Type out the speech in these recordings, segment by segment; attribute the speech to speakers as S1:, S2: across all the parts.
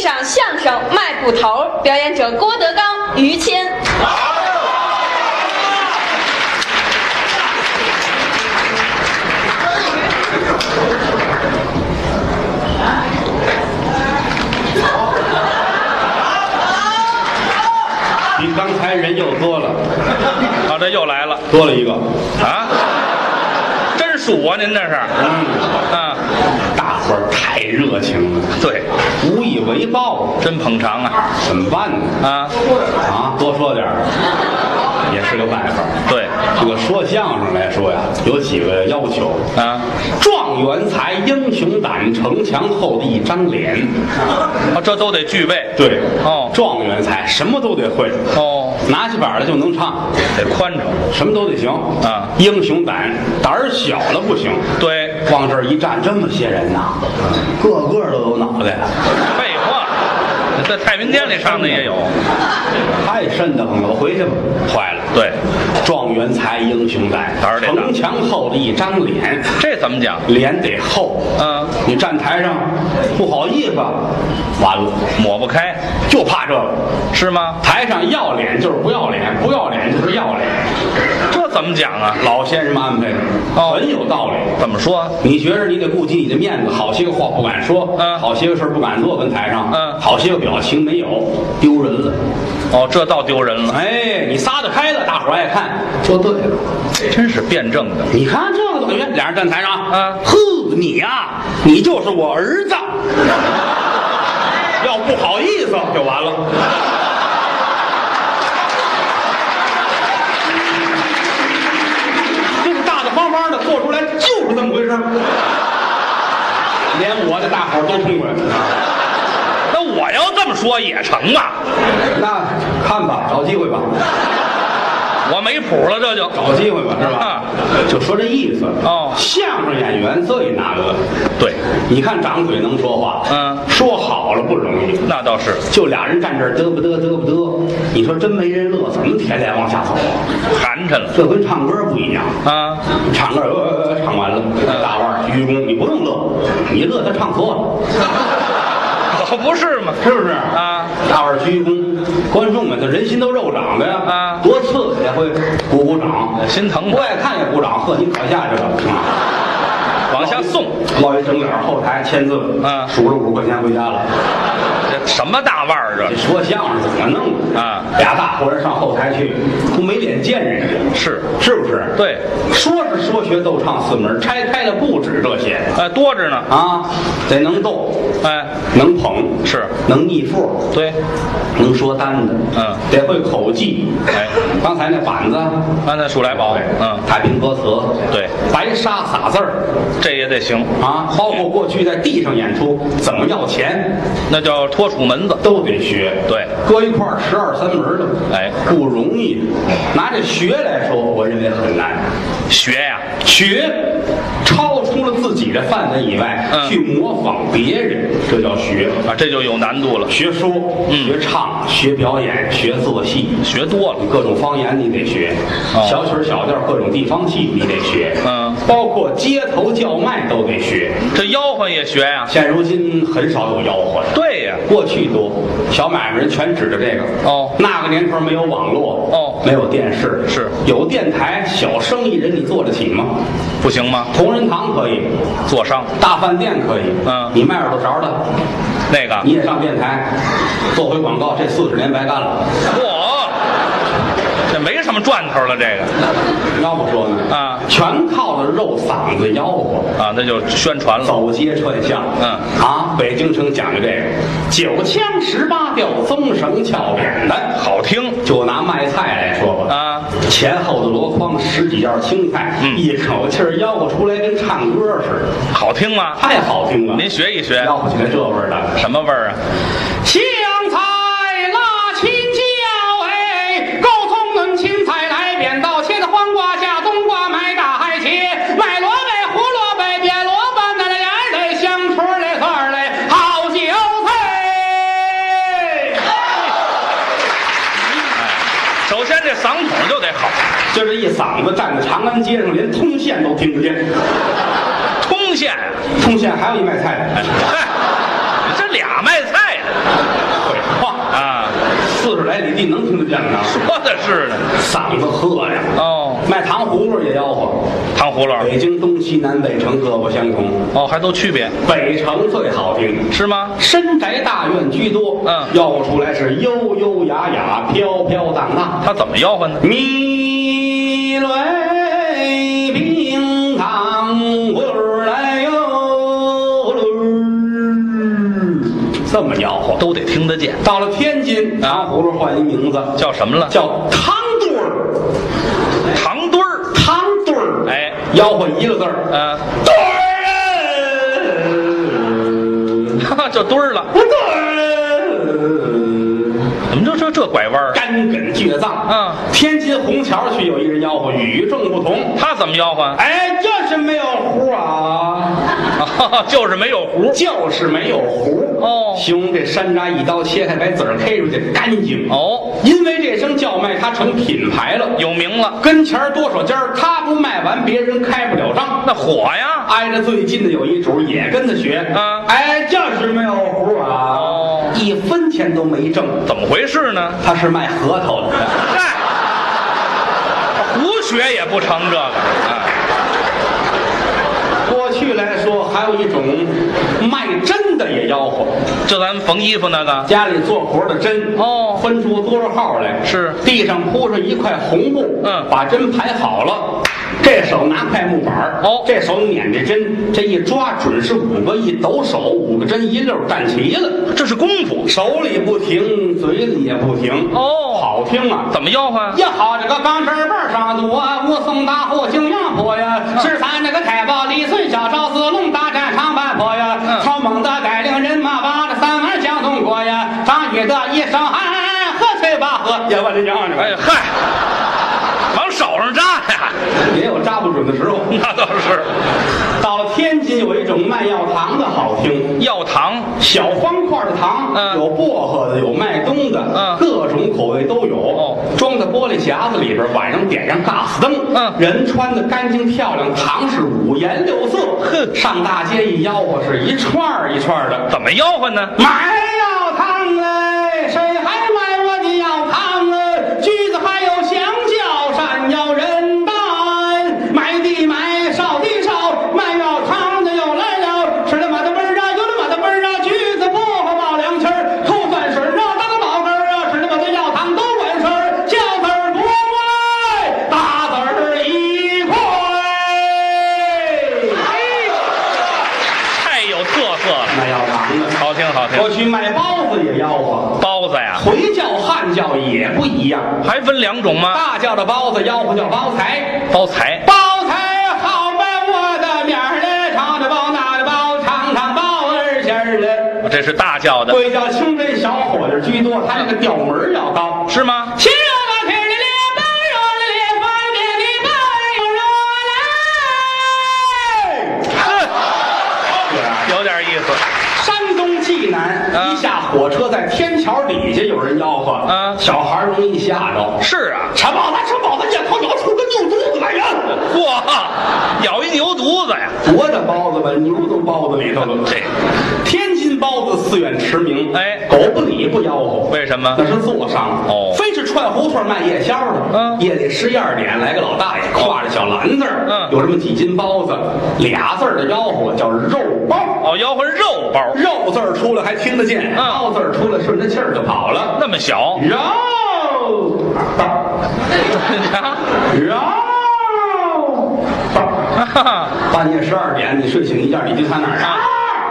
S1: 声《卖骨头》，表演者郭德纲、于谦。
S2: 比刚才人又多了，
S3: 啊，这又来了
S2: 多了一个，
S3: 啊！真数啊，您这是啊？
S2: 嗯大伙儿太热情了，
S3: 对，
S2: 无以为报，
S3: 真捧场啊
S2: 怎么办呢？
S3: 啊！
S2: 啊，多说点儿也是个办法。
S3: 对
S2: 这个说相声来说呀，有几个要求：
S3: 啊，
S2: 状元才，英雄胆，城墙后的一张脸。
S3: 哦，这都得具备。
S2: 对，
S3: 哦
S2: 状元才什么都得会，
S3: 哦，
S2: 拿起板来就能唱，
S3: 得宽敞。
S2: 什么都得行
S3: 啊
S2: 英雄胆，胆儿小了不行。
S3: 对，
S2: 往这儿一站，这么些人呐，个个都有脑袋，
S3: 废话，在太平间里唱的也有。
S2: 太瘆得慌了。我回去吧，坏了。
S3: 对，
S2: 状元才，英雄胆，
S3: 胆儿得大
S2: 城墙后的一张脸，
S3: 这怎么讲？
S2: 脸得厚。
S3: 嗯，
S2: 你站台上不好意思，完了，
S3: 抹不开，
S2: 就怕这个。
S3: 是吗？
S2: 台上要脸就是不要脸，不要脸就是要脸。
S3: 这怎么讲啊？
S2: 老先生们安排的，
S3: 哦
S2: 很有道理。
S3: 怎么说？
S2: 你觉着你得顾及你的面子，好些个话不敢说，
S3: 嗯
S2: 好些个事儿不敢做，跟台上，
S3: 嗯
S2: 好些个表情没有，丢人了。
S3: 哦，这倒丢人了，
S2: 哎，你撒得开了，大伙儿爱看，说对了。
S3: 真是辩证的。
S2: 你看这个等于俩人站台上，
S3: 嗯
S2: 呵，你呀、你就是我儿 子，要不好意思就完了。这个大大方方的做出来就是这么回事儿，连我这大伙儿都痛快。
S3: 那我要这么说也成啊？
S2: 那看吧，找机会吧，
S3: 我没谱了，这就
S2: 找机会吧，是吧？就说这意思。
S3: 哦
S2: 相声演员最难了。
S3: 对，
S2: 你看张嘴能说话，
S3: 嗯
S2: 说好了不容易，
S3: 那倒是，
S2: 就俩人站这儿嘚不嘚嘚不嘚，你说真没人乐，怎么天天往下走啊？
S3: 寒碜了
S2: 这跟唱歌不一样，
S3: 啊！
S2: 唱歌呃呃唱完了，
S3: 嗯
S2: 大腕儿鞠一躬，你不用乐，你乐他唱错了，
S3: 可 不是嘛，
S2: 是不是？
S3: 啊，
S2: 大腕儿鞠一躬，观众们这人心都肉长的呀，
S3: 啊
S2: 多刺激呀，会鼓鼓掌，
S3: 心疼
S2: 不爱看也鼓掌，呵，你可下去吧，啊
S3: 往下送，
S2: 落一整脸儿后台签字，
S3: 嗯
S2: 数了五十块钱回家了。
S3: 这什么大腕儿啊
S2: 你
S3: 这
S2: 说相声怎么弄的
S3: 啊
S2: 俩大活人上后台去，都没脸见人家，
S3: 是？
S2: 是不是？，
S3: 对，
S2: 说是说学逗唱四门，拆开了不止这些
S3: 哎，多着呢，
S2: 啊，得能逗，
S3: 哎，
S2: 能捧，
S3: 是
S2: 能逆腹，
S3: 对，
S2: 能说单的，
S3: 嗯
S2: 得会口技。
S3: 哎，
S2: 刚才那板子，
S3: 刚才数来宝，
S2: 对
S3: 嗯，
S2: 太平歌词，
S3: 对，
S2: 白沙撒字儿
S3: 这也得行，
S2: 啊，包括过去在地上演出怎么要钱，
S3: 那叫脱楚门子，
S2: 都得学。
S3: 对，
S2: 搁一块儿十二三门儿的，
S3: 哎
S2: 不容易。拿这学来说，我认为很难。
S3: 学呀，
S2: 学超出了自己的范围以外，
S3: 嗯
S2: 去模仿别人，这叫学。
S3: 啊，这就有难度了，
S2: 学说、
S3: 嗯
S2: 学唱、学表演、学做戏，
S3: 学多了，
S2: 各种方言你得学，
S3: 哦
S2: 小曲儿小调儿各种地方戏你得学，
S3: 嗯
S2: 包括街头叫卖都得学。
S3: 这吆喝也学呀，
S2: 现如今很少有吆喝的。
S3: 对呀，
S2: 过去多，小买卖人全指着这个。
S3: 哦
S2: 那个年头没有网络，
S3: 哦
S2: 没有电视，
S3: 是
S2: 有电台，小生意人你做得起吗？
S3: 不行吗？
S2: 同仁堂可以，
S3: 做商
S2: 大饭店可以，
S3: 嗯啊
S2: 你卖耳朵勺的，
S3: 那个
S2: 你，也上电台做回广告，这四十年白干了。
S3: 嚯，这没什么赚头了，这个
S2: 要不说呢？
S3: 啊
S2: 全靠着肉嗓子吆喝。
S3: 啊，那就宣传了，
S2: 走街串巷，
S3: 嗯
S2: 啊，北京城讲究这个九腔十八调，棕绳翘扁担，
S3: 哎好听
S2: 就拿卖菜来说吧，
S3: 啊，
S2: 前后的箩筐十几样青菜，
S3: 嗯
S2: 一口气儿吆喝出来跟唱歌似的，
S3: 好听吗？
S2: 太好听了。
S3: 您学一学，
S2: 吆喝起来这味儿的，
S3: 什么味儿啊？
S2: 香菜辣青椒，哎，高葱嫩青菜来扁豆，切的黄瓜下冬瓜，买大海茄，买萝卜胡萝卜扁萝卜，那来芽儿嘞香椿儿嘞蒜儿嘞，好韭菜。
S3: 哎首先这嗓孔就得好，
S2: 就这一嗓子，站在长安街上，连通县都听不见。
S3: 通县，啊
S2: 通县还有一卖菜的，
S3: 哎，你这俩卖菜的，啊
S2: 会四十来里地能听得见吗？
S3: 说的是呢。
S2: 嗓子喝呀！
S3: 哦，
S2: 卖糖葫芦也吆喝。
S3: 糖葫芦，
S2: 北京东西南北城各不相同，
S3: 哦，还都区别
S2: 北城最好听，
S3: 是吗？
S2: 深宅大院居多。
S3: 嗯
S2: 吆喝出来是悠悠雅雅、飘飘荡荡。
S3: 他怎么吆喝呢？
S2: 米哎雷冰糖葫芦来哟，葫芦这么吆喝。
S3: 都得听得见，
S2: 到了天津，糖葫芦换一名字，
S3: 叫什么了？
S2: 叫汤墩儿，
S3: 糖墩儿。
S2: 汤墩儿，
S3: 哎，
S2: 吆喝一个字儿，
S3: 呃，
S2: 墩儿，
S3: 哈 哈，就墩儿了。
S2: 墩儿。
S3: 怎么就这这拐弯儿？啊
S2: 干梗倔藏。
S3: 嗯
S2: 天津虹桥区有一人吆喝，与众不同。
S3: 他怎么吆喝？
S2: 哎，就是没有胡啊，
S3: 啊， 就是没有胡。
S2: 就是没有胡
S3: 哦
S2: 形容这山楂一刀切开，把籽儿 K 出去，干净。
S3: 哦，
S2: 因为这声叫卖，它成品牌了。
S3: 有名了，
S2: 跟前儿多少家儿，他不卖完，别人开不了张。
S3: 那火呀！
S2: 挨着最近的有一主，也跟他学。
S3: 啊
S2: 哎，就是没有胡啊，
S3: 哦
S2: 一分钱都没挣。
S3: 怎么回事呢？
S2: 他是卖核桃 的。
S3: 嗨，胡学也不成这个。哎
S2: 过去来说，还有一种卖针的也吆喝，
S3: 就咱缝衣服那个，
S2: 家里做活的针
S3: 啊哦
S2: 分出多少号来？
S3: 是
S2: 地上铺上一块红布，
S3: 嗯
S2: 把针排好了，这手拿块木板儿
S3: 哦
S2: 这手捻着针，这一抓准是五个，一抖手，五个针一溜儿站齐了，
S3: 这是功夫。
S2: 手里不停，嘴里也不停，
S3: 哦
S2: 好听啊！
S3: 怎么吆喝？
S2: 一好这个钢针儿棒上毒啊，武松打虎惊杨婆呀，
S3: 嗯
S2: 十三那个太保李顺小赵子龙大战长坂坡呀，
S3: 嗯
S2: 曹猛的带领人马把这三万江东过呀，张宇的一声喊，喝翠吧喝，也把这样
S3: 哎
S2: 哎，
S3: 嗨，往手上扎呀！
S2: 也有扎不准的时候。
S3: 那倒是
S2: 到了天津有一种卖药糖的好听。
S3: 药糖，
S2: 小方块的糖，
S3: 嗯
S2: 有薄荷的，有麦冬的，
S3: 嗯
S2: 各种口味都有。
S3: 哦
S2: 装在玻璃匣子里边，晚上点上 gas 灯，
S3: 嗯
S2: 人穿的干净漂亮，糖是五颜六色。哼，上大街一吆喝，是一串儿一串儿的，
S3: 怎么吆喝呢？
S2: 买药糖嘞，谁还买我的药糖嘞？橘子还有香蕉，山药人丹，买的买，少的少，卖药糖的又来了，吃了马的味儿啊，有了马的味儿啊，橘子薄荷冒凉气儿，吐酸水儿啊，当个宝根儿啊，吃了马的药糖都管事儿，小子儿不卖，大子儿一块。
S3: 太有特色了，
S2: 卖药糖的，
S3: 好听好
S2: 过
S3: 听。
S2: 去卖包子也啊吆喝。
S3: 包子呀，
S2: 回教、汉教也不一样。
S3: 还分两种吗？
S2: 大教的包子吆喝叫包财，
S3: 包财，
S2: 包财好卖我的面儿嘞，长的包，大的包，尝尝包二馅儿嘞。
S3: 这是大叫的，
S2: 贵教清真小伙子居多，他那个调门儿要高。
S3: 是吗？
S2: 切了个铁的嘞，包肉的嘞，方便的包肉嘞。
S3: 有点意思，
S2: 山东济南，
S3: 啊
S2: 一下火车在天桥底下有人吆喝，
S3: 啊
S2: 小孩儿容易吓着。
S3: 是啊。
S2: 馋饱了，吃饱了，眼头挠出个牛犊子来呀！
S3: 嚯，咬一牛犊子呀！
S2: 活的包子吧，牛都包子里头了。
S3: 这
S2: 天津包子四远驰名，
S3: 哎
S2: 狗不理不吆喝，
S3: 为什么
S2: 那？是坐商
S3: 哦
S2: 非是串胡同卖夜宵的。
S3: 嗯
S2: 夜里十一二点来个老大爷，挎着小篮子儿，
S3: 嗯
S2: 有这么几斤包子，俩字儿的吆喝叫肉包。
S3: 哦，吆喝肉包，
S2: 肉字儿出来还听得见，
S3: 嗯
S2: 包字儿出来顺着气儿就跑了。
S3: 那么小，
S2: 肉包，肉包。
S3: 哈哈
S2: 半夜十二点，你睡醒一觉，你去他那儿啊？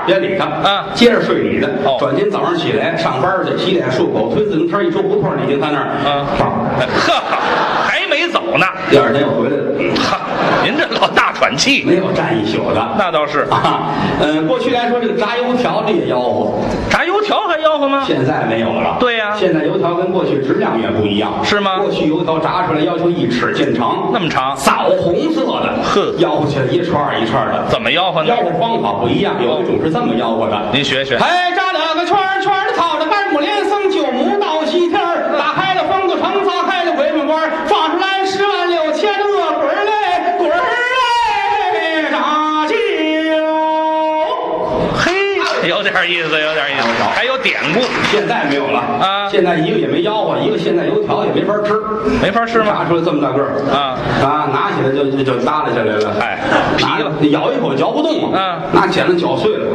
S2: 别理他，
S3: 啊
S2: 接着睡你的。
S3: 哦
S2: 转天早上起来上班去，洗脸漱口，推自行车一出胡同，你就他那儿
S3: 嗯
S2: 啊。
S3: 呵呵， 还没走呢。
S2: 第二天又回来了，嗯
S3: 哈，您这老大喘气，
S2: 没有站一宿的。
S3: 那倒是。
S2: 啊，嗯，过去来说这个炸油条这也吆喝，
S3: 炸油条还吆喝吗？
S2: 现在没有了。
S3: 对呀
S2: 现在油条跟过去质量也不一样，
S3: 是吗
S2: 过去油条炸出来要求一尺见长，
S3: 那么长，
S2: 枣红色的，
S3: 哼
S2: 吆喝起来一串儿一串儿的，
S3: 怎么吆喝呢
S2: 吆？喝方法不一样，有一种是这么吆喝的，
S3: 您学学。
S2: 哎，扎了个圈儿圈儿的套着半亩连僧九亩到西天儿，打开了封土城，砸开了鬼门关儿，放出来十万六千个滚儿嘞，滚儿嘞，炸酒。
S3: 嘿，有点意思，有点意思，还有典故
S2: 现在没有了
S3: 啊啊，
S2: 现在一个也没吆喝，一个现在油条也没法吃，
S3: 没法吃
S2: 炸
S3: 吗？
S2: 出来这么大个儿
S3: 啊
S2: 啊，拿起来就就就耷拉下来了，
S3: 哎
S2: 皮了，咬一口嚼不动嘛，
S3: 嗯
S2: 拿剪子绞碎了，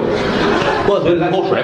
S2: 搁嘴里来口水，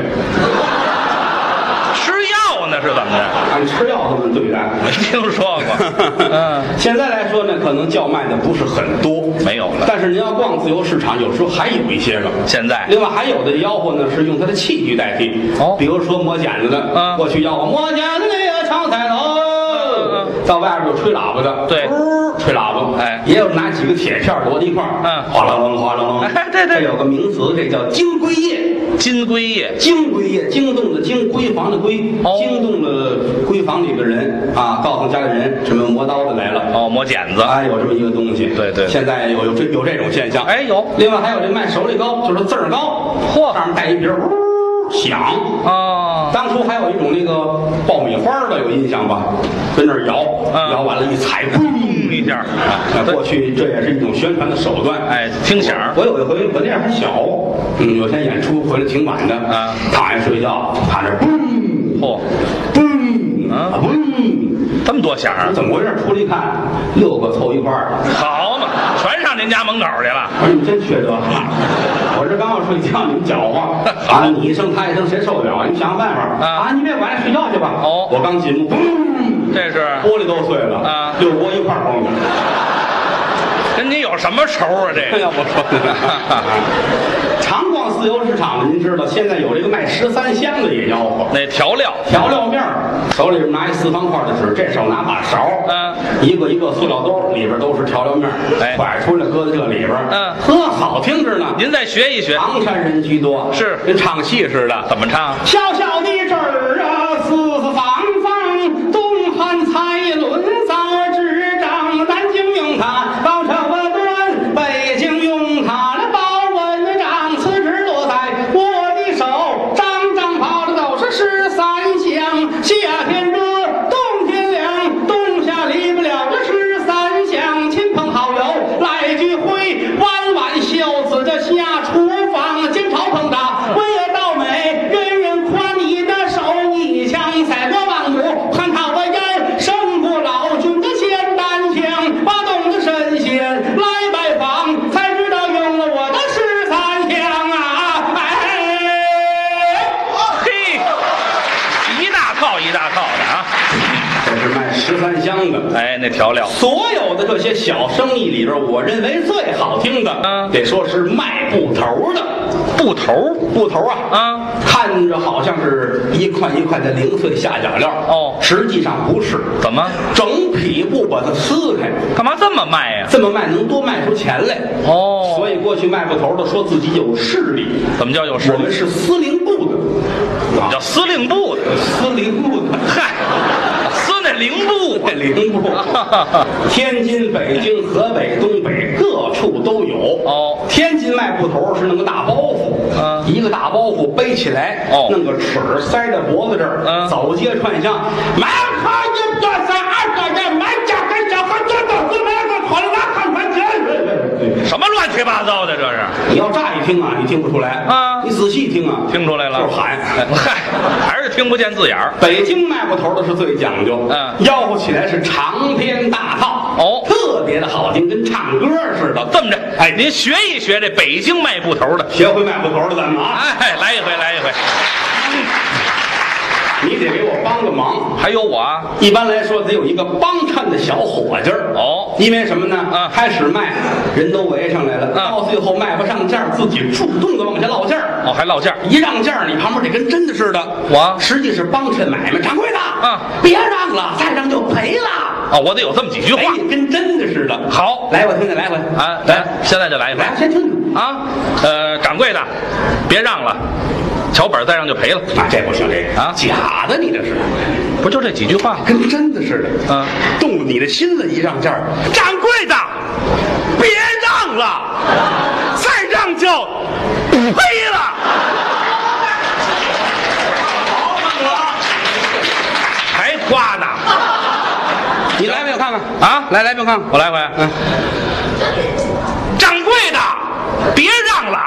S3: 吃药呢是怎么着？
S2: 按吃药这么对待。
S3: 没听说过。嗯，
S2: 现在来说呢，可能叫卖的不是很多，
S3: 没有了。
S2: 但是您要逛自由市场，有时候还有一些个。
S3: 现在
S2: 哎另外还有的吆喝呢，是用它的器具代替。
S3: 哦
S2: 比如说磨剪子的，
S3: 嗯
S2: 过去吆喝磨剪子的呀，抢彩楼。
S3: 嗯
S2: 到外边有吹喇叭的，
S3: 对
S2: 呜吹喇叭，
S3: 哎
S2: 也有拿几个铁片摞在一块儿，
S3: 嗯
S2: 哗啦楞哗啦楞，
S3: 哎对对
S2: 这有个名词，这叫金龟夜，
S3: 金龟夜
S2: 惊龟夜，惊动的惊，闺房的闺，
S3: 哦
S2: 惊动了闺房里的人啊，告诉家里人，什么磨刀的来了，
S3: 哦，磨剪子。
S2: 啊，有这么一个东西，
S3: 对对
S2: 现在有有这有这种现象，
S3: 哎，有
S2: 另外还有这卖手里糕，就是字儿糕，
S3: 嚯
S2: 上面带一瓶儿，呜响。
S3: 哦，
S2: 当初还有一种那个爆米花的有印象吧？跟那儿摇，
S3: 嗯
S2: 摇完了，一踩，嘣
S3: 嗯一下。
S2: 那过去这也是一种宣传的手段，
S3: 哎听响儿
S2: 我有一回我那样还小，嗯，有天演出回来挺晚的，
S3: 啊
S2: 躺下睡觉，躺那儿嘣
S3: 嚯，
S2: 嘣
S3: 啊
S2: 啊嘣，
S3: 这么多响儿，
S2: 怎么回事？出来一看，六个凑一块儿，
S3: 好嘛，全上您家门口去了。
S2: 我啊说你真缺德！我这刚要睡觉，你们搅和啊！你一声他一声，谁受得了？你们想想办法
S3: 啊
S2: 啊！你别管，睡觉去吧。
S3: 哦
S2: 我刚进屋，嘣，
S3: 这是
S2: 玻璃都碎了
S3: 啊
S2: 六锅一块儿崩了。
S3: 跟您有什么仇啊？这
S2: 这要我说呢，常逛自由市场的，您知道现在有这个卖十三香的也吆喝，
S3: 那调料
S2: 调料面儿手里边拿一四方块的纸，这手拿把勺，
S3: 嗯，
S2: 一个一个塑料兜里边都是调料面儿，
S3: 哎
S2: 拐出来搁在这里边，
S3: 嗯
S2: 呵，好听着呢。
S3: 您再学一学，
S2: 唐山人居多，
S3: 是
S2: 啊跟唱戏似的。
S3: 怎么唱？啊
S2: 小小的纸儿啊，四四方方，东汉蔡伦早执掌，南京用它包抄文人，北京用它来包文章，辞职落在我的手，张张包的都是十三香，夏天热，冬天凉，冬夏离不了这十三香，亲朋好友来聚会，弯弯袖子这下厨房，煎炒烹炸，我也到美，人人夸你的手一枪，赛过万古，汉朝的烟，胜过老君的仙丹枪，挖洞的神仙来拜访，才知道用了我的十三香啊！哎，
S3: 嘿，一大套一大套的啊！
S2: 这是卖十三香的。
S3: 哎，那调料
S2: 所有的这些小生意里边，我认为最好听的，
S3: 嗯
S2: 得说是卖布头的。
S3: 布头
S2: 布头啊，
S3: 啊，
S2: 看着好像是一块一块的零碎下脚料，
S3: 哦
S2: 实际上不是，
S3: 怎么
S2: 整匹布把它撕开，
S3: 干嘛这么卖呀、
S2: 这么卖能多卖出钱来。
S3: 哦
S2: 所以过去卖布头的说自己有势力，
S3: 怎么叫有实
S2: 我
S3: 力？
S2: 们是司令部的，啊
S3: 叫司令部的。
S2: 司令部的。
S3: 嗨，司那令部啊
S2: 这零部，天津、北京、河北、东北各处都有。
S3: 哦
S2: 天津卖布头是弄个大包袱，
S3: 嗯
S2: 一个大包袱背起来，
S3: 哦
S2: 弄个尺塞在脖子这儿，
S3: 嗯
S2: 走街串巷，买好一个三二个的，买家跟小孩做到四百个，跑了拿看团钱。
S3: 什么乱七八糟的这是？
S2: 你要乍一听啊，你听不出来
S3: 啊
S2: 你仔细听啊，
S3: 听出来了，
S2: 就是喊。
S3: 哎嗨，还是听不见字眼儿。
S2: 北京卖布头的是最讲究，
S3: 嗯
S2: 吆喝起来是长篇大套，
S3: 哦
S2: 特别的好听，跟唱歌似的。
S3: 这么着，哎，您学一学这北京卖布头的，
S2: 学会卖布头的咱们啊，
S3: 哎，来一回，来一回。
S2: 你得给我帮个忙。
S3: 还有我啊，
S2: 一般来说得有一个帮衬的小伙计儿
S3: 哦
S2: 因为什么呢？
S3: 嗯
S2: 开始卖人都围上来了，
S3: 嗯
S2: 到最后卖不上价儿，自己主动的往下落价儿。
S3: 哦，还落价儿，
S2: 一让价儿，你旁边得跟真的似的。
S3: 我
S2: 实际是帮衬买卖，掌柜的，
S3: 嗯
S2: 别让了，再让就赔了。
S3: 哦，我得有这么几句话
S2: 哎。，跟真的似的。
S3: 好，
S2: 来，我听听，来回
S3: 啊，来，现在就来一回
S2: 来，先听听。
S3: 啊。呃，掌柜的，别让了，桥本再让就赔了，
S2: 啊，这不行，这个
S3: 啊
S2: 假的，你这是
S3: 不就这几句话？
S2: 跟真的似的
S3: 啊
S2: 动了你的心了，一让价儿，
S3: 掌柜的，别让了，再让就赔了。还夸呢？
S2: 你来没有看看？
S3: 啊，
S2: 来来没有看看？
S3: 我来回。
S2: 啊
S3: 掌柜的，别让了，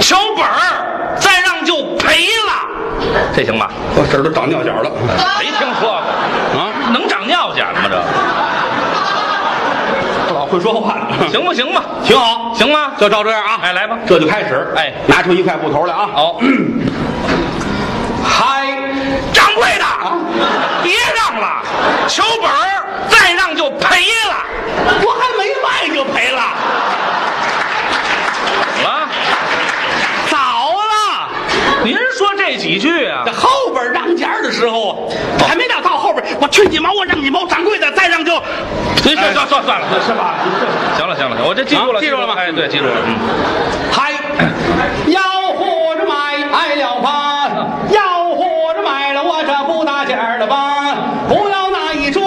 S3: 小本儿再让就赔了。这行吧？
S4: 我这儿都长尿角了
S3: 没听说过，
S4: 啊！
S3: 能长尿性吗？
S4: 老会说话
S2: 啊
S3: 这
S4: 了，
S3: 行不行吧？
S4: 挺好，
S3: 行吗？
S4: 就照这样啊！
S3: 哎，来吧。
S4: 这就开始。
S3: 哎
S4: 拿出一块布头来啊！
S3: 好，
S4: 嗨，
S3: 掌柜的，别让了，求本儿，再让就赔了。
S4: 我还没卖就赔了，
S3: 怎么了？
S4: 早了。
S3: 您说这几句啊
S4: 这？后边让价的时
S2: 啊
S4: 候，还没到到后边，我去你毛，我让你毛，掌柜的再让就，
S3: 您算算算算了，
S4: 是吧？
S3: 行了行了，我这记住
S4: 啊
S3: 了，
S4: 记住了吗
S3: 哎，对，记住了。嗯，
S2: 嗨，要活着买挨了吧，要活着买了我这不搭尖儿的吧，不要那一装，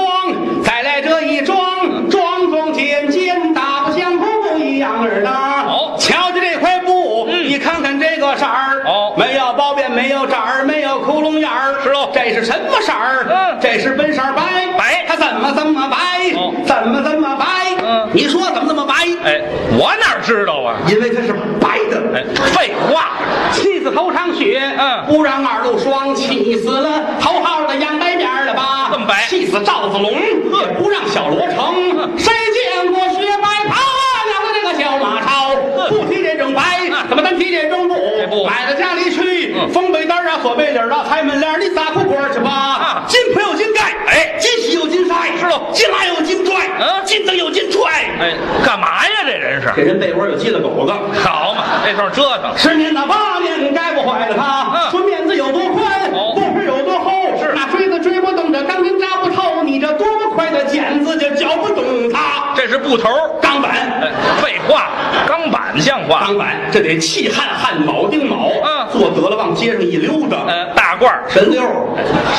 S2: 再来这一装，装装尖尖，打不相不一样儿的。
S3: 好
S2: 瞧瞧这块布，你看看这个色儿，
S3: 哦
S2: 没有包边，没有褶儿，没有窟窿眼儿，
S3: 是喽
S2: 这是什么色儿？
S3: 嗯
S2: 这是本色儿白，
S3: 白
S2: 它怎么这么白？
S3: 哦
S2: 怎么这么白？
S3: 嗯
S2: 你说怎么这么白？
S3: 哎，我哪知道啊？
S2: 因为它是白的。
S3: 哎，废话，
S2: 气死头上血，
S3: 嗯
S2: 不让二路双，气死了头号的杨白面儿了吧？
S3: 这么白嗯
S2: 气死赵子龙，也不让小罗成。谁见过雪白袍啊？娘的这个小马超，
S3: 嗯
S2: 不提这种白，怎么单提这种
S3: 这
S2: 布？
S3: 布
S2: 买到家里去，
S3: 哎嗯
S2: 风被单啊，锁被底儿啊，开门帘儿，你撒裤管儿去吧
S3: 啊。
S2: 金盆有金盖，哎，金喜有金塞，
S3: 是喽
S2: 金来有金拽，
S3: 嗯
S2: 金子有金踹。
S3: 哎，干嘛呀？这人
S2: 给
S3: 是
S2: 人被窝有鸡了狗子。
S3: 好嘛？这时候折腾，
S2: 十年打八年，该不坏了他。
S3: 嗯
S2: 说面子有多宽，
S3: 哦
S2: 路儿有多厚，是那锥子锥不动，这钢筋扎不透，你这多么快的剪子就绞不动它。
S3: 这是布头。
S2: 钢板，
S3: 哎，废话，钢板像话。
S2: 钢板，这得气焊焊铆钉铆，
S3: 嗯
S2: 做得了往街上一溜达，
S3: 呃，大褂儿，
S2: 神溜儿。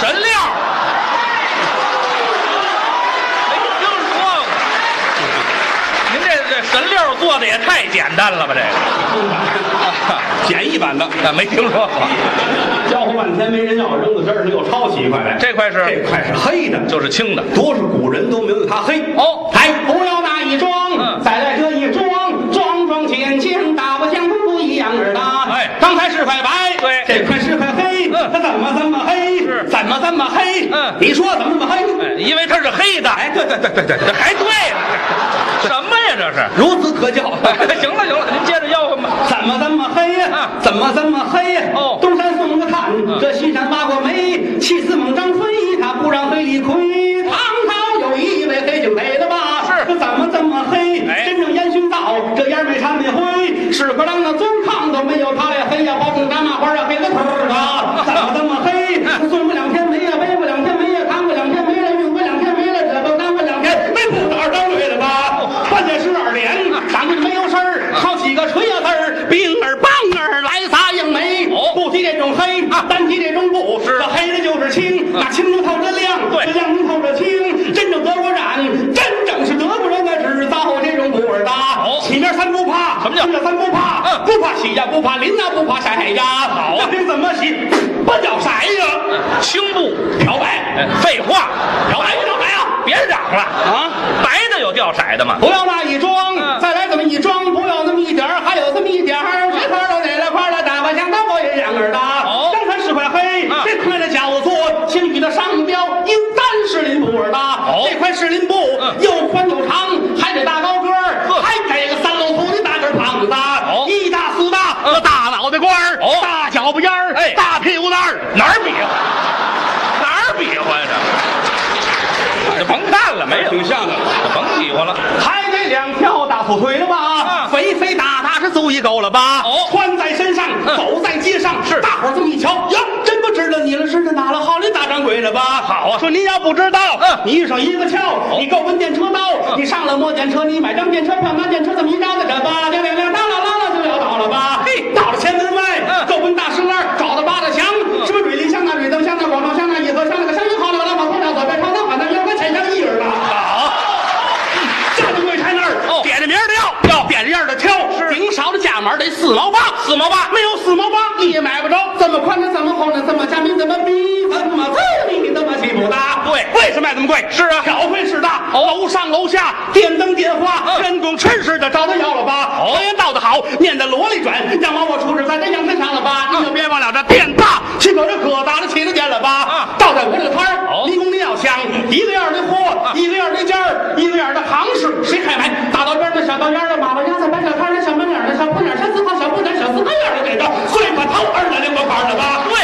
S3: 神料儿。没听说过。您这这神料儿做的也太简单了吧？这个，
S4: 简易版的，
S3: 那没听说过。
S2: 交换半天没人要，扔到这儿上又抄起一块来。
S3: 这块是
S2: 这块是黑的，
S3: 就是轻的。
S2: 多少古人都没有它黑。
S3: 哦
S2: 哎，不要那一装，
S3: 嗯
S2: 再来这一装，装装浅浅，打不相不一样儿的。
S3: 哎
S2: 刚才是块白，
S3: 对
S2: 这块是块黑，
S3: 嗯
S2: 它怎么这么黑？
S3: 是
S2: 怎么这么黑？
S3: 嗯
S2: 你说怎么这么黑？
S3: 哎，因为它是黑的。哎，对对对对对，这还对了，这什么呀？这是。
S2: 孺子可教。
S3: 哎行了行了，您接着吆喝吧。
S2: 怎么这么黑呀、
S3: 啊
S2: 怎么这么黑呀、
S3: 哦嗯
S2: 东山送个炭，这西山挖过煤，气死猛张飞，他不让黑里亏。唐朝有一位黑警匪的吧？
S3: 嗯是
S2: 这怎么这么黑？
S3: 哎
S2: 真正烟熏道，这烟没掺没灰，屎壳郎的尊炕都没有他俩黑呀，包拯炸麻花呀，黑了腿儿啊！怎么这么黑？送过两天煤呀，背过两天煤呀，扛过两天煤了，运过两天煤了，这都当过两天，没不打张嘴了吧？关键是二连，掌柜的没有事儿，抄起个锤子儿，冰儿棒儿来撒硬煤。
S3: 哦
S2: 不提这种黑啊，单提这种不，
S3: 是
S2: 这黑的就是青，那青中透着亮，
S3: 嗯对
S2: 这亮中透着青。真正德国染，真正是德国人的纸造这种布尔搭。
S3: 哦
S2: 起面三不怕，
S3: 什么叫
S2: 吃了三不怕？
S3: 嗯
S2: 不怕洗呀，不怕淋呀，不怕晒呀。好
S3: 啊
S2: 这怎么洗？不叫晒呀，
S3: 哎青布，
S2: 漂白
S3: 哎，废话，
S2: 漂白不漂白啊？
S3: 别嚷了啊！白的有掉色的吗？
S2: 不要那一装，
S3: 嗯
S2: 再来这么一装，不要那么一点儿，还有这么一点儿，这块儿都哪了块儿了，打扮相当我也两耳的。
S3: 好
S2: 刚才是块黑，
S3: 嗯
S2: 这块的叫做青羽的上标，因单是林布尔的。
S3: 好
S2: 这块是林布
S3: 嗯，
S2: 又宽又长，还得大高个儿，
S3: 呵
S2: 还给个三楼头的大个儿胖子，一大四大，
S3: 嗯
S2: 那大脑袋瓜儿
S3: 哦，
S2: 大脚巴烟儿，
S3: 哎
S2: 大屁股蛋儿。
S3: 哪儿比划？哪儿比划呀？这就甭看了，没有，
S4: 挺像的。
S3: 甭比划了。
S2: 还得两条大粗腿了吧？
S3: 嗯
S2: 肥肥大大是足一够了吧？
S3: 哦
S2: 穿在身上，
S3: 嗯
S2: 走在街上，
S3: 是
S2: 大伙儿这么一瞧，哟，真不知道你了，是这哪了好的大掌柜了吧？
S3: 好啊
S2: 说您要不知道，
S3: 嗯
S2: 你遇上一个撬，你够奔电车刀，你上了摸电车，你买张电车票，拿电车这么一张的，这吧，亮亮亮，当啷啷啷就要到了吧？
S3: 嘿
S2: 到了前门外，
S3: 嗯
S2: 够奔大石栏，找到八大墙，什么水林巷那水灯巷那广场巷那颐和巷那个香云好了，老往东了左边朝南，反南右边前向一人了。
S3: 好，
S2: 站在柜台那儿，
S3: 哦
S2: 点着名儿的要，要点着样儿的挑，顶勺的价码得四毛八，
S3: 四毛八
S2: 没有四毛八你也买不着。这么宽的，这么厚的，这么下面，怎么逼，怎么这你怎么起不大？
S3: 对
S2: 为什么卖这么贵？
S3: 是啊
S2: 小费是大，
S3: 哦
S2: 楼上楼下电灯电话，
S3: 嗯
S2: 跟工吃似的找他要了吧。
S3: 哦
S2: 佛爷道的好，嗯念的罗里转，让往我出事在这阳台上了吧？你就别忘了这店大，气口这可大了，嗯啊
S5: 哦
S2: 一个样的
S5: 啊
S2: 货，一个样的价儿，一个样的行市，谁还买？大刀尖的、小刀尖的、马路牙子、白小摊的、小门脸的、小破脸、小紫号、小布袋、小四合眼的给到，碎把头儿的灵光板的吧？
S5: 对，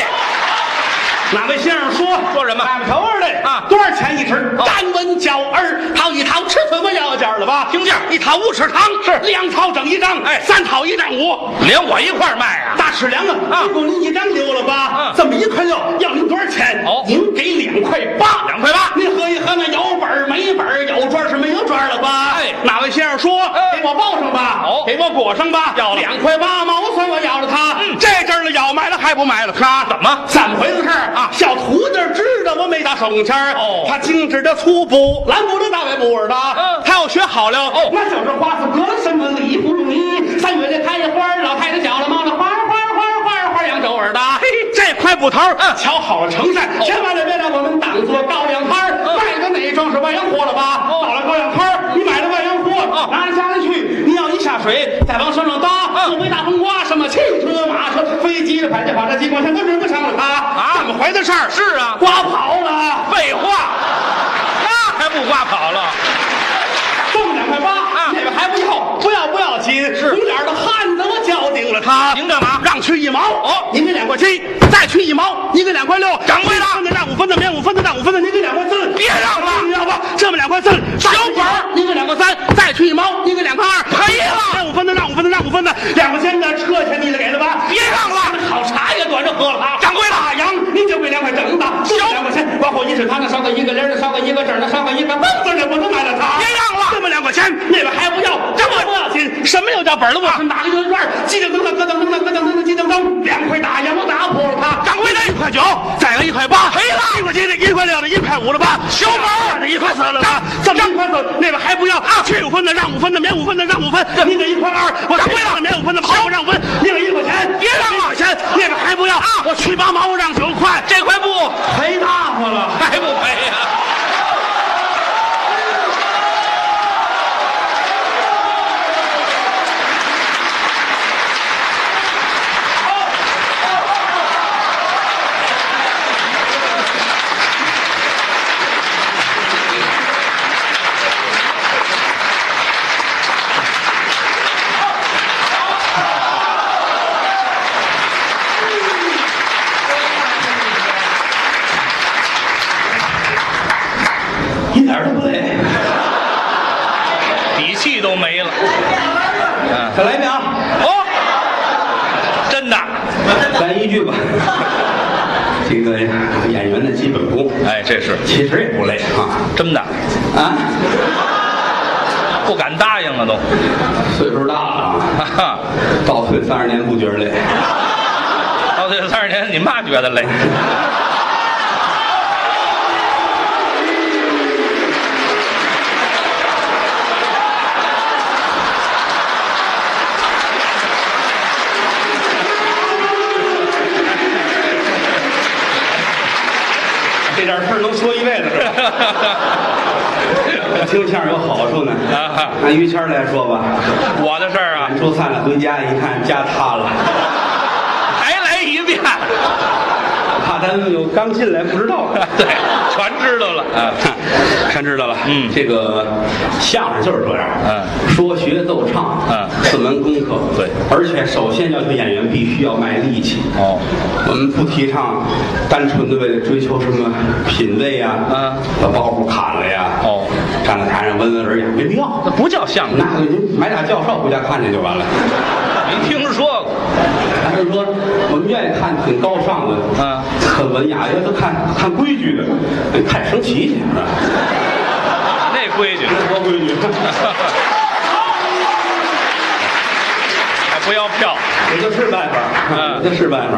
S2: 哪位先生说
S5: 说什么
S2: 俺们头儿的
S5: 啊
S2: 多少钱一只？
S5: 哦
S2: 单文角儿，掏一掏，吃什么要价了吧？
S5: 听价
S2: 一掏五尺长，
S5: 是
S2: 两掏整一张，
S5: 哎
S2: 三掏一丈五。
S5: 连我一块儿卖啊！
S2: 大尺量啊！
S5: 啊
S2: 一共您一张留了吧？
S5: 嗯
S2: 这么一块六，要您多少钱？
S5: 哦
S2: 您给两块八，
S5: 两块八
S2: 您合一合那有本儿没本儿，有砖是没有砖了吧？
S5: 哎
S2: 哪位先生说
S5: 哎
S2: 给我报上吧？
S5: 好
S2: 给我裹上吧？
S5: 要了嗯
S2: 两块八毛算我要了他。这阵儿了，要买了还不买了？他
S5: 怎么
S2: 怎么回事儿
S5: 啊
S2: 小徒弟知道我没打手工签儿
S5: 哦
S2: 他精致的粗布，蓝布的大白布儿的，
S5: 嗯
S2: 他要学好了
S5: 哦
S2: 那就是花四格什么里葫芦泥，三月这开的花儿，老太太脚了猫了花儿花儿花儿花儿花儿扬州耳的。这块布头，嗯，瞧好了成
S5: 哦
S2: 善，千万别让我们挡做高粱摊儿。卖的哪装是万洋货了吧？
S5: 嗯哦
S2: 到了高粱摊儿，你买了万洋货
S5: 哦，
S2: 拿着家里去，你要一下水，再往身上搭，
S5: 嗯
S2: 路飞大风刮，什么汽车、马车、飞机的、反正反正机关枪都轮不上了它
S5: 啊
S2: 怎么回的事儿？
S5: 是啊
S2: 刮跑了，
S5: 废话，那还不刮跑了？
S2: 挣两块八，
S5: 啊
S2: 这个还不要，不要不要紧，
S5: 是
S2: 红脸的汉子我交定了他。
S5: 您干嘛？
S2: 让去一毛，
S5: 哦
S2: 您给两块七，再去一毛，您给两块六，掌柜的，分的让五分的，免五分的让五分的，您给两块四，
S5: 别让了
S2: 您要不这么两块四，小本儿，您给两块三，再去一毛，您给两块二，
S5: 赔了
S2: 让五分的，让五分的，让五分的，两块钱的车钱你得给了吧，
S5: 别让了，
S2: 好茶也短着喝了啊！
S5: 掌柜的
S2: 大洋，您就给两块整的，行，两块钱，往后一尺汤的烧个一个零的，烧个一个整的，烧个一个蹦子的，我都买了它。
S5: 别让了
S2: 这么两块钱，那边还不要，这么不要紧，什么又叫本了？我是拿个圆圈，叽里噔噔咯噔噔噔咯噔噔叽噔噔，两块大洋打破了它。掌柜的，一块九，再来一块八，赔了，一块七的，一块六的，一块五的吧，小本的一块四了吧，这么一块四，那边还不要啊？去五分的，让五分的，免五分的，让五分，您给一块二，我掌柜的免五分的，好，我让五分，您给一块钱，别让了，钱那边还不要啊？我去八毛，我让九块，
S5: 这块布
S2: 赔大发了。
S5: 还不赔啊呀、
S2: 一点儿都不累。
S5: 底气都没了。
S2: 再来一遍啊，
S5: 哦，真的，
S2: 来一 句吧。这个演员的基本功，
S5: 哎，这是
S2: 其实也不累啊
S5: 真的，
S2: 啊，
S5: 不敢答应了啊都。
S2: 岁数大了
S5: 哈
S2: 啊，
S5: 哈，
S2: 倒退三十年不觉得累。
S5: 到这哦三十年，你妈觉得累？
S2: 这点事儿能说一辈子是吧？听相声有好处呢。
S5: 啊
S2: 按于谦儿来说吧，
S5: 我的事儿啊，
S2: 说散了回家一看家塌了，
S5: 还来一遍。
S2: 怕单位有刚进来不知道。
S5: 对，全知道了。啊，
S2: 全知道了，
S5: 嗯
S2: 这个相声就是这样，
S5: 嗯，
S2: 说学逗唱，
S5: 嗯
S2: 四门功课，
S5: 对
S2: 而且首先要求演员必须要卖力气，
S5: 哦，
S2: 我们不提倡单纯的为了追求什么品味啊，
S5: 嗯，
S2: 把包袱砍了呀，
S5: 哦，嗯
S2: 站在台上温文尔雅没必要，
S5: 那不叫相声，
S2: 那个您买俩教授回家看去就完了。
S5: 没听说过。
S2: 还是说我们愿意看挺高尚的，
S5: 嗯
S2: 很文雅，要是看看规矩的，哎看升旗去是吧？
S5: 那规矩，
S2: 多规矩。
S5: 还哎不要票。
S2: 也就是办法，
S5: 嗯
S2: 也就是办法。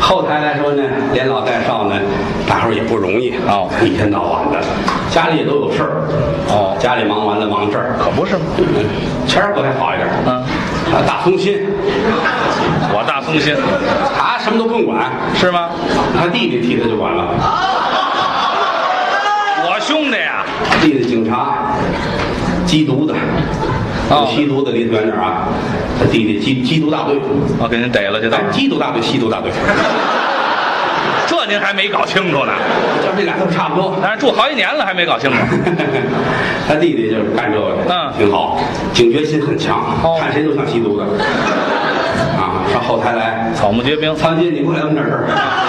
S2: 后台来说呢，连老带少呢，大伙儿也不容易
S5: 哦
S2: 一天到晚的，家里也都有事儿，
S5: 哦
S2: 家里忙完了忙这儿，
S5: 可不是吗？
S2: 嗯谦儿不太好一点，
S5: 嗯
S2: 啊，大松心，
S5: 我大松心，
S2: 他什么都不用管，
S5: 是吗？
S2: 他弟弟替他就管了，
S5: 我兄弟呀、
S2: 弟弟警察，缉毒的，
S5: 哦
S2: 吸毒的离他远点儿啊，他
S5: 哦
S2: 弟弟缉缉毒大队，
S3: 啊
S5: 我给您逮了去，
S2: 哎，缉毒大队，吸毒大队，
S3: 这您还没搞清楚呢？
S2: 就 这俩都差不多。
S3: 但是住好几年了还没搞清楚。
S2: 他弟弟就是干这个，
S3: 嗯
S2: 挺好，警觉心很强，啊
S3: 哦
S2: 看谁都像吸毒的。啊，上后台来，
S3: 草木皆兵，
S2: 苍金，你过来我们这儿。啊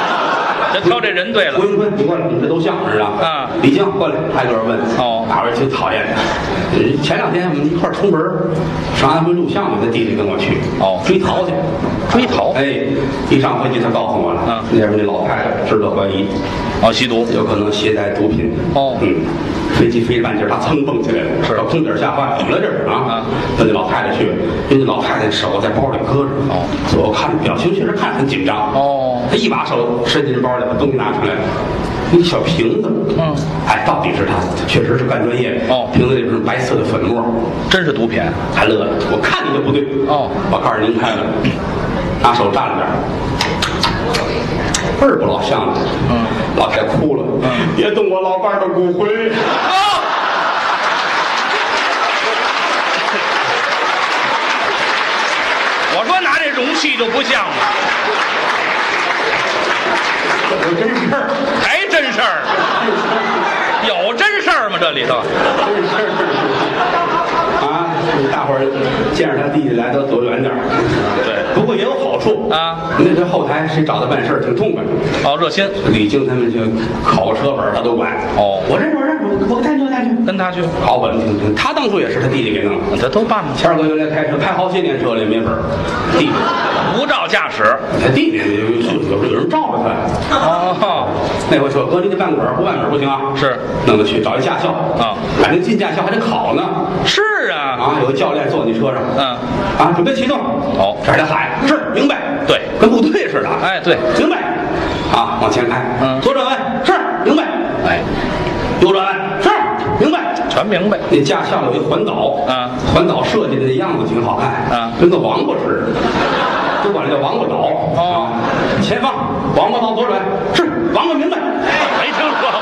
S3: 咱啊挑这人对了
S2: 胡。云坤，你过来，你们这都像是吧？
S3: 啊
S2: 李菁过来，挨个儿问。
S3: 哦
S2: 大伙儿挺讨厌的。呃前两天我们一块儿出门儿上安徽录像嘛，他弟弟跟我去。
S3: 哦
S2: 追逃去，
S3: 追逃
S2: 哎，一上飞机他告诉我了。
S3: 嗯
S2: 那边那老太太值得怀疑，
S3: 哦，吸毒。
S2: 有可能携带毒品。
S3: 哦
S2: 嗯，飞机飞着半截儿，他噌蹦起来了，
S3: 是
S2: 把空姐儿吓坏了，怎么了这是啊
S3: 啊？
S2: 奔着老太太去，因为那老太太手在包里搁着。
S3: 哦，
S2: 所以我看着表情确实看着很紧张。
S3: 哦
S2: 他一把手伸进包里，把东西拿出来了，一小瓶子。
S3: 嗯，
S2: 哎，到底是他，他确实是干专业的。
S3: 哦
S2: 瓶子里边是白色的粉末，
S3: 真是毒品。
S2: 他乐了。我看你就不对。
S3: 哦
S2: 我告诉您看了，拿手蘸了点儿，味儿不老像了。嗯，老太太哭了。嗯， 别动我老伴儿的骨灰。
S3: 我说拿这容器就不像了，
S2: 这是真事儿，
S3: 还真事儿，有真事儿吗？这里头
S2: 真事儿。 啊，大伙儿见着他弟弟来都躲远点儿。
S3: 对
S2: 不过也有好处
S3: 啊。
S2: 那这后台谁找他办事儿挺痛快。
S3: 哦，热心
S2: 李菁他们去考个车本儿，他都管。
S3: 哦
S2: 我认识，我认识，我我带去，我带去。
S3: 跟他去，
S2: 考本挺挺，他当初也是他弟弟给弄的。
S3: 他都办了，
S2: 谦儿哥原来开车开好些年车了，也没本儿，弟弟，
S3: 无照驾驶。
S2: 他弟弟有有有人罩着他。
S3: 哦，
S2: 那回说哥，你得办本儿，不办本儿不行啊。
S3: 是，
S2: 弄他去找一驾校
S3: 啊，
S2: 反正进驾校还得考呢。
S3: 是啊，
S2: 啊，有个教练坐你车上，
S3: 嗯，
S2: 啊，准备启动。
S3: 好
S2: 这儿他喊是明白，
S3: 对
S2: 跟部队似的。
S3: 哎对
S2: 明白。啊，往前开，
S3: 嗯
S2: 左转弯是明白，
S3: 哎，
S2: 右转弯是明白。
S3: 全明白。
S2: 那驾校有一环岛，
S3: 啊
S2: 环岛设计的那样子挺好看，
S3: 啊
S2: 跟个王八似的，都管这叫王八岛。啊，
S3: 哦
S2: 前方王八道左转，是王八明白。
S3: 没听说过。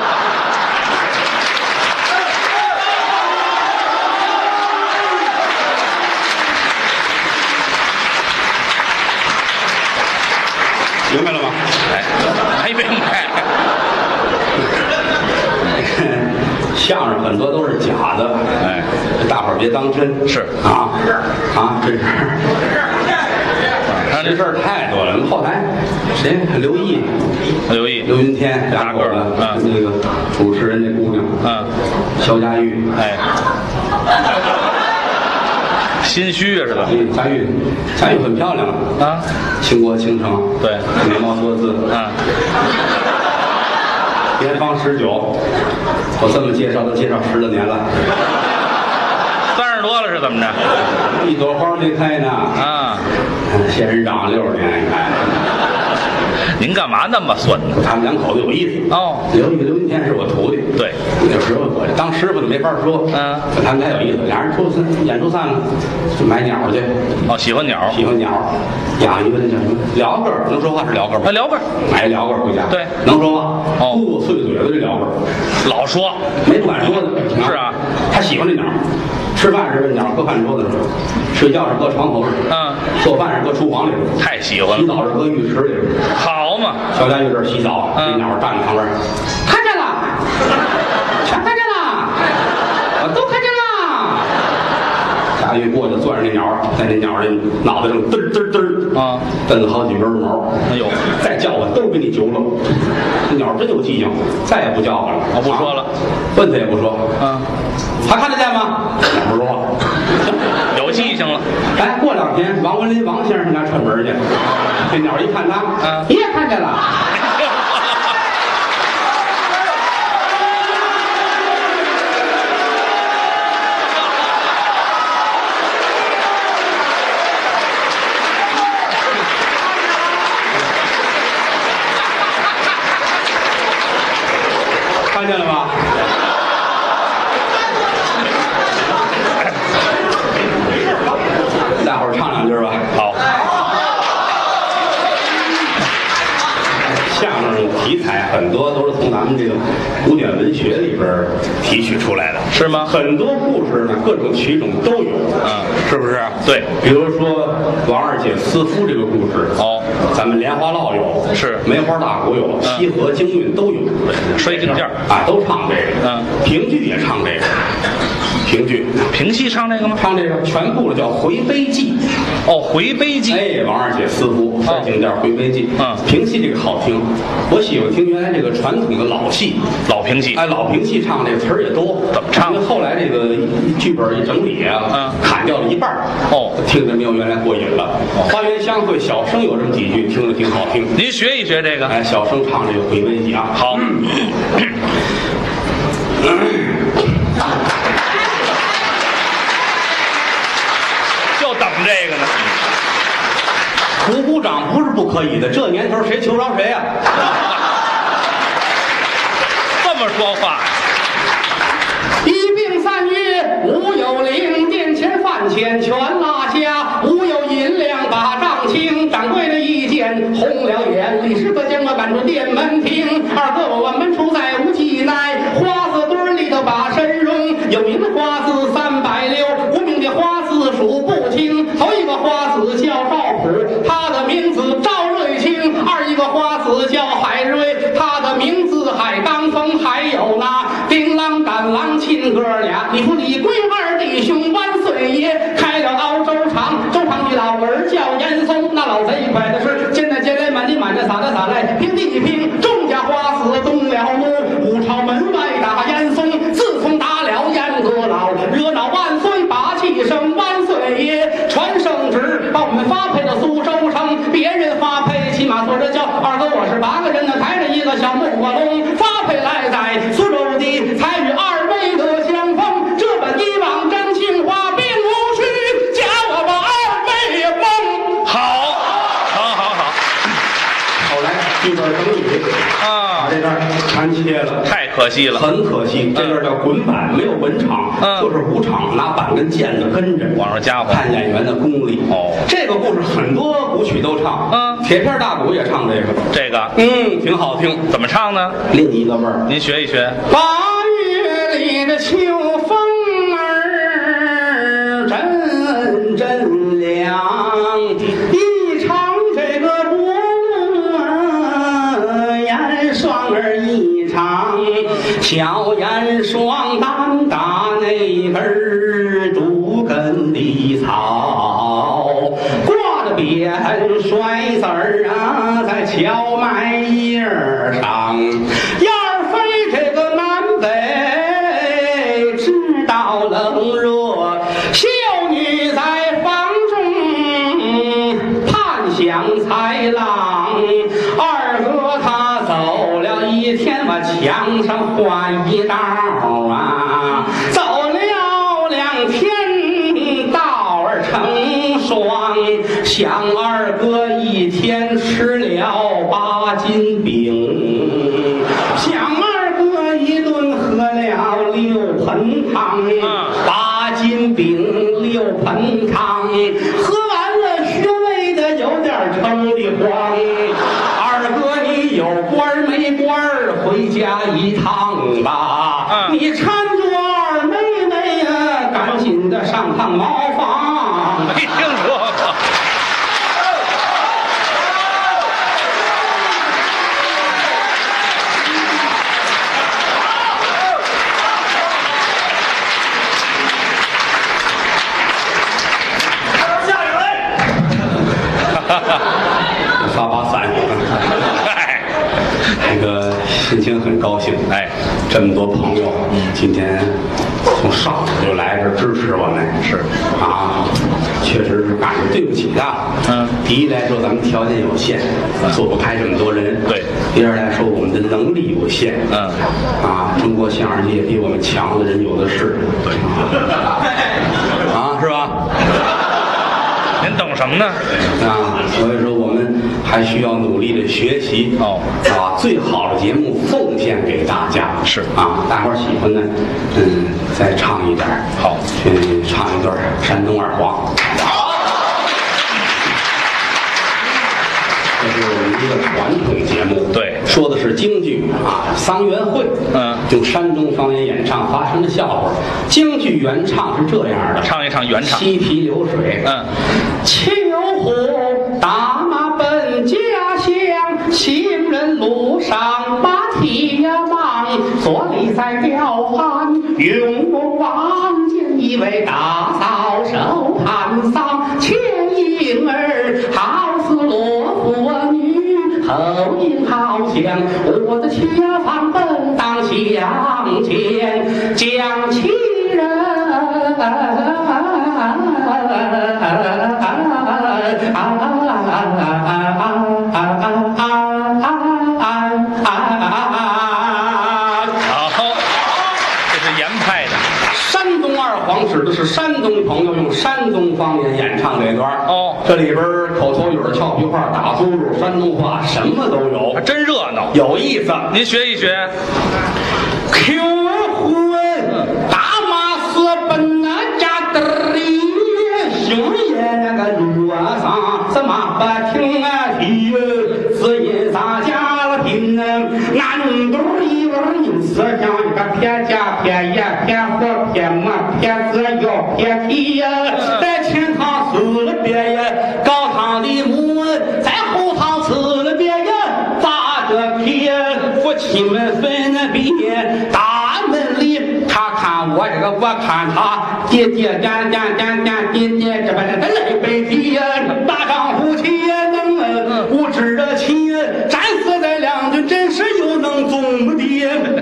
S2: 明白了吗？
S3: 哎，没明白。
S2: 相声很多都是假的，
S3: 哎，
S2: 大伙儿别当真。
S3: 是
S2: 啊啊，真是
S3: 让
S2: 这
S3: 您
S2: 事儿太多了。我们后台谁刘毅、
S3: 留意。
S2: 刘云天俩口子
S3: 大个儿，啊
S2: 那个主持人那姑娘，
S3: 嗯，
S2: 肖佳玉，
S3: 哎，心虚啊，是吧？
S2: 嗯，佳玉，佳玉很漂亮
S3: 啊，
S2: 倾国倾城，
S3: 对
S2: 眉毛多姿，
S3: 啊，
S2: 年方十九，我这么介绍都介绍十来年了，
S3: 三十多了是怎么着？
S2: 一朵花没开呢，
S3: 啊，
S2: 仙人掌六十年，你看，
S3: 您干嘛那么损呢？
S2: 他们两口子有意思。
S3: 哦，
S2: 刘玉、刘云天是我徒弟，
S3: 对，
S2: 有时候我当师傅的没法说，
S3: 嗯
S2: 可他们俩有意思，俩人出散演出散了，就买鸟去，
S3: 哦，喜欢鸟，
S2: 喜欢鸟，养一个那叫什么鹩哥儿，能说话是鹩哥儿
S3: 啊，
S2: 吗？
S3: 聊吧，
S2: 买一鹩哥儿回家，
S3: 对
S2: 能说话，
S3: 哦
S2: 嘟噜碎嘴子这鹩哥儿。
S3: 老说，
S2: 没不敢说的。
S3: 是啊，
S2: 他喜欢这鸟儿。吃饭时候鸟儿搁饭桌子上，睡觉是搁床头上，
S3: 嗯，
S2: 做饭是搁厨房里边，
S3: 太喜欢
S2: 洗
S3: 了，
S2: 澡是搁浴池里边。
S3: 好嘛，
S2: 小佳玉这儿洗澡，
S3: 嗯
S2: 这鸟儿站在旁边儿，看见了，全看见了，我都看见了。佳玉过去攥着那鸟儿，在那鸟儿那脑袋上嘚儿嘚儿嘚儿
S3: 啊，
S2: 蹬了好几根儿毛。
S3: 哎呦，
S2: 再叫我都给你揪了。这鸟儿真有记性，再也不叫唤了。
S3: 哦不说了
S2: 啊问他也不说。
S3: 啊，
S2: 还看得见吗？不说话。
S3: 有记性了，
S2: 哎，过两天王文林王先生上家串门去，这鸟儿一看他
S3: 啊，
S2: 你也看见了。看见了吧？大伙儿唱两句吧。
S3: 好，
S2: 相声
S3: 题材很多都是从咱们这个古典文学里边儿提取出来的，
S5: 是吗
S3: 很多故事呢，各种曲种都有，
S5: 嗯，
S3: 啊是不是？
S5: 对，
S3: 比如说王二姐思夫这个故事，
S5: 哦，
S3: 咱们莲花落有，
S5: 是嗯
S3: 梅花大鼓有，西河京韵都有，
S5: 摔镜件儿
S3: 啊，都唱这个，
S5: 嗯，
S3: 评剧也唱这个，评剧
S5: 平西唱这个吗？
S3: 唱这个全部叫《回悲记》。
S5: 哦，回悲记，
S3: 哎，王二姐似乎
S5: 啊
S3: 摔镜店回归记，
S5: 嗯
S3: 评戏这个好听，我喜欢听原来这个传统的老戏，
S5: 老评戏
S3: 哎，老评戏唱这词儿也多，
S5: 怎么唱
S3: 因为后来这个剧本一整理啊，
S5: 嗯
S3: 砍掉了一半儿
S5: 哦
S3: 听着没有原来过瘾了。花园相会，小生有这么几句，听着挺好听。
S5: 您学一学这个。
S3: 哎，小生唱这个回归记啊，
S5: 好， 就等这个呢。
S3: 胡鼓掌不是不可以的，这年头谁求饶谁啊呀、
S5: 这么说话
S2: 一病三曰：吾有零殿前饭钱全落下，吾有银两把账清。掌柜的一见红了眼，李师傅将我赶出店门厅。二哥我万门出在无几奈，花子堆儿里头把身容。有银花子三百六，无名的花子数不清。头一个花子叫赵普，他的名字赵瑞清；二一个花子叫海瑞，他的名字海当风。还有那丁郎、赶郎亲哥俩，你说李逵二弟兄万岁爷开了熬州厂，州厂的老儿叫严嵩，那老贼快的是，现在接来满地满着撒来撒来，平地一平，众家花死动了怒，五朝门外打严嵩，自从打了严阁老，惹恼万岁把气生，万岁爷传圣旨，把我们发配到苏州城，别人发配骑马坐着轿，二哥我是八个人呢，抬着一个小木火笼，发配来在苏州的，才与二位得相逢。这本以往真情话，并无虚假，我把二位蒙。
S5: 好，好，好，好
S3: 后来剧本整理，把
S5: 啊！
S3: 这段儿全切了。
S5: 太可惜了，
S3: 很可惜，这段叫滚板，没有文场，
S5: 嗯
S3: 就是武场，拿板跟毽子跟着。
S5: 往上加伙
S3: 看演员的功力。
S5: 哦
S3: 这个故事很多古曲都唱，
S5: 嗯
S3: 铁片大鼓也唱这个，
S5: 这个
S3: 嗯，挺好听，
S5: 怎么唱呢？
S3: 另一个味儿。
S5: 您学一学。
S2: 八月里的秋风儿阵阵凉，一场这个薄暮严霜儿一场，小严霜单打那根儿竹根的草，挂哎着扁摔子儿啊，在荞麦叶儿上，要是非这个南北，哎知道冷热。秀女在房中盼想才郎，二哥他走了一天，我墙上画一道啊，走了两天，道儿成双。想二哥一天吃了八斤饼，想二哥一顿喝了六盆汤
S5: 啊
S2: 八斤饼六盆汤，喝完了学味的有点儿撑得慌。二哥你有官儿没官儿，回家一趟吧。
S5: 嗯
S2: 你搀着二妹妹呀，赶紧的上趟茅房。
S5: 没哎听说过。
S3: 发把伞，
S5: 嗨，
S3: 那个心情很高兴。
S5: 哎，
S3: 这么多朋友，今天从上午就来这儿支持我们，是啊，确实是感觉对不起啊。
S5: 嗯
S3: 第一来说咱们条件有限，做不开这么多人。
S5: 对。
S3: 第二来说我们的能力有限。
S5: 嗯。
S3: 啊，中国相声界比我们强的人有的是。对。啊，是吧？
S5: 您等什么呢？
S3: 啊，所以说我们还需要努力的学习
S5: 哦，
S3: 啊，最好的节目奉献给大家
S5: 是
S3: 啊，大伙儿喜欢呢，嗯，再唱一点儿
S5: 好，
S3: 嗯，唱一段儿山东二黄，这是我们一个传统节目，
S5: 对
S3: 说的是京剧啊，桑园会，
S5: 嗯
S3: 用山东方言演唱发生的笑话。京剧原唱是这样的：
S5: 唱一唱原唱。
S3: 西皮流水，
S5: 嗯，
S2: 秋胡打马奔家乡，行人路上把蹄呀忙，所里在吊鞍，永不忘见一位大嫂手盘桑，前影儿好似罗佛女，后影好像我的家房奔荡向前，将亲人。
S5: 好，这是严派的。
S3: 山东二黄指的是山东朋友用山东方言演唱这段儿
S5: 哦
S3: 这里边儿口头语儿、俏皮话、打呼噜、山东话，什么都有
S5: 还，真热闹。
S3: 有意思。
S5: 您学一学，
S2: 求婚，大马私奔那家的里，熊爷那个路上怎么不听啊提哟？只因咱家了贫呢，俺都一个牛思想，一个偏家偏爷偏货偏么偏子要偏皮呀，在前堂死了别呀，高堂的母在后堂死了别呀，咋个皮呀？夫妻们分了别，大门里他看我这个我看他，爹爹干干干干爹爹这把这泪被滴呀，大丈夫气呀，能无知的亲，战死在两军，真是又能怎么的？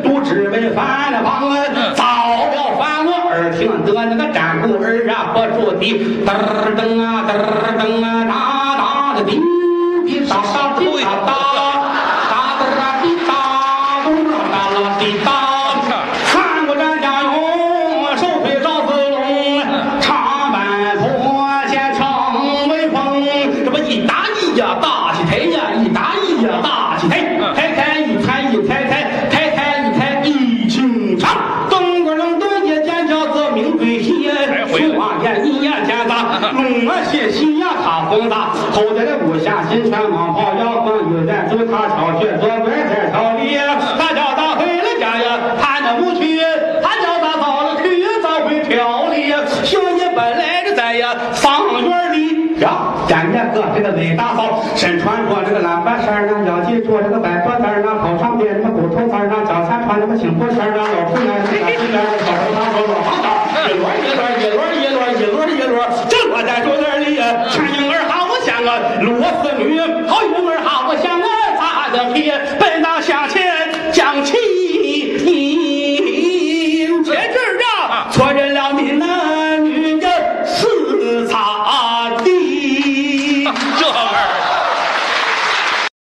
S2: 都只为犯了王啊，早了犯我耳听得那个战鼓儿啊不住地，噔儿噔啊噔儿噔啊哒哒的滴滴哒哒滴哒哒哒哒哒滴哒咚哒哒啦滴哒。看过战甲勇，手推赵子龙，长坂坡前逞威风。这不一打一呀，打起抬呀，一打一呀，打起抬，抬抬一抬一抬抬，抬抬一抬一清长。咚个隆咚，一见叫子名归西，出啊眼一眼前砸，龙啊血西呀他轰砸，后在这五下金拳王炮摇晃，有人走他挑血，左边在挑里，他叫他回了家呀，他那不去，他叫他早了去，早回挑里呀，兄弟本来这在呀房院里呀，咱家哥这个伟大嫂，身穿着这个蓝白衫儿呢，腰系着这个白缎带儿呢，头上编那个狗头簪儿呢，脚下穿那个青布衫儿呢，老裤呢，这个这个小手套手老行当。一摞一摞一摞一摞一摞一摞，这摞在手袋里，前影儿好像啊罗丝女，好有儿好像啊咋的皮，奔到向前将气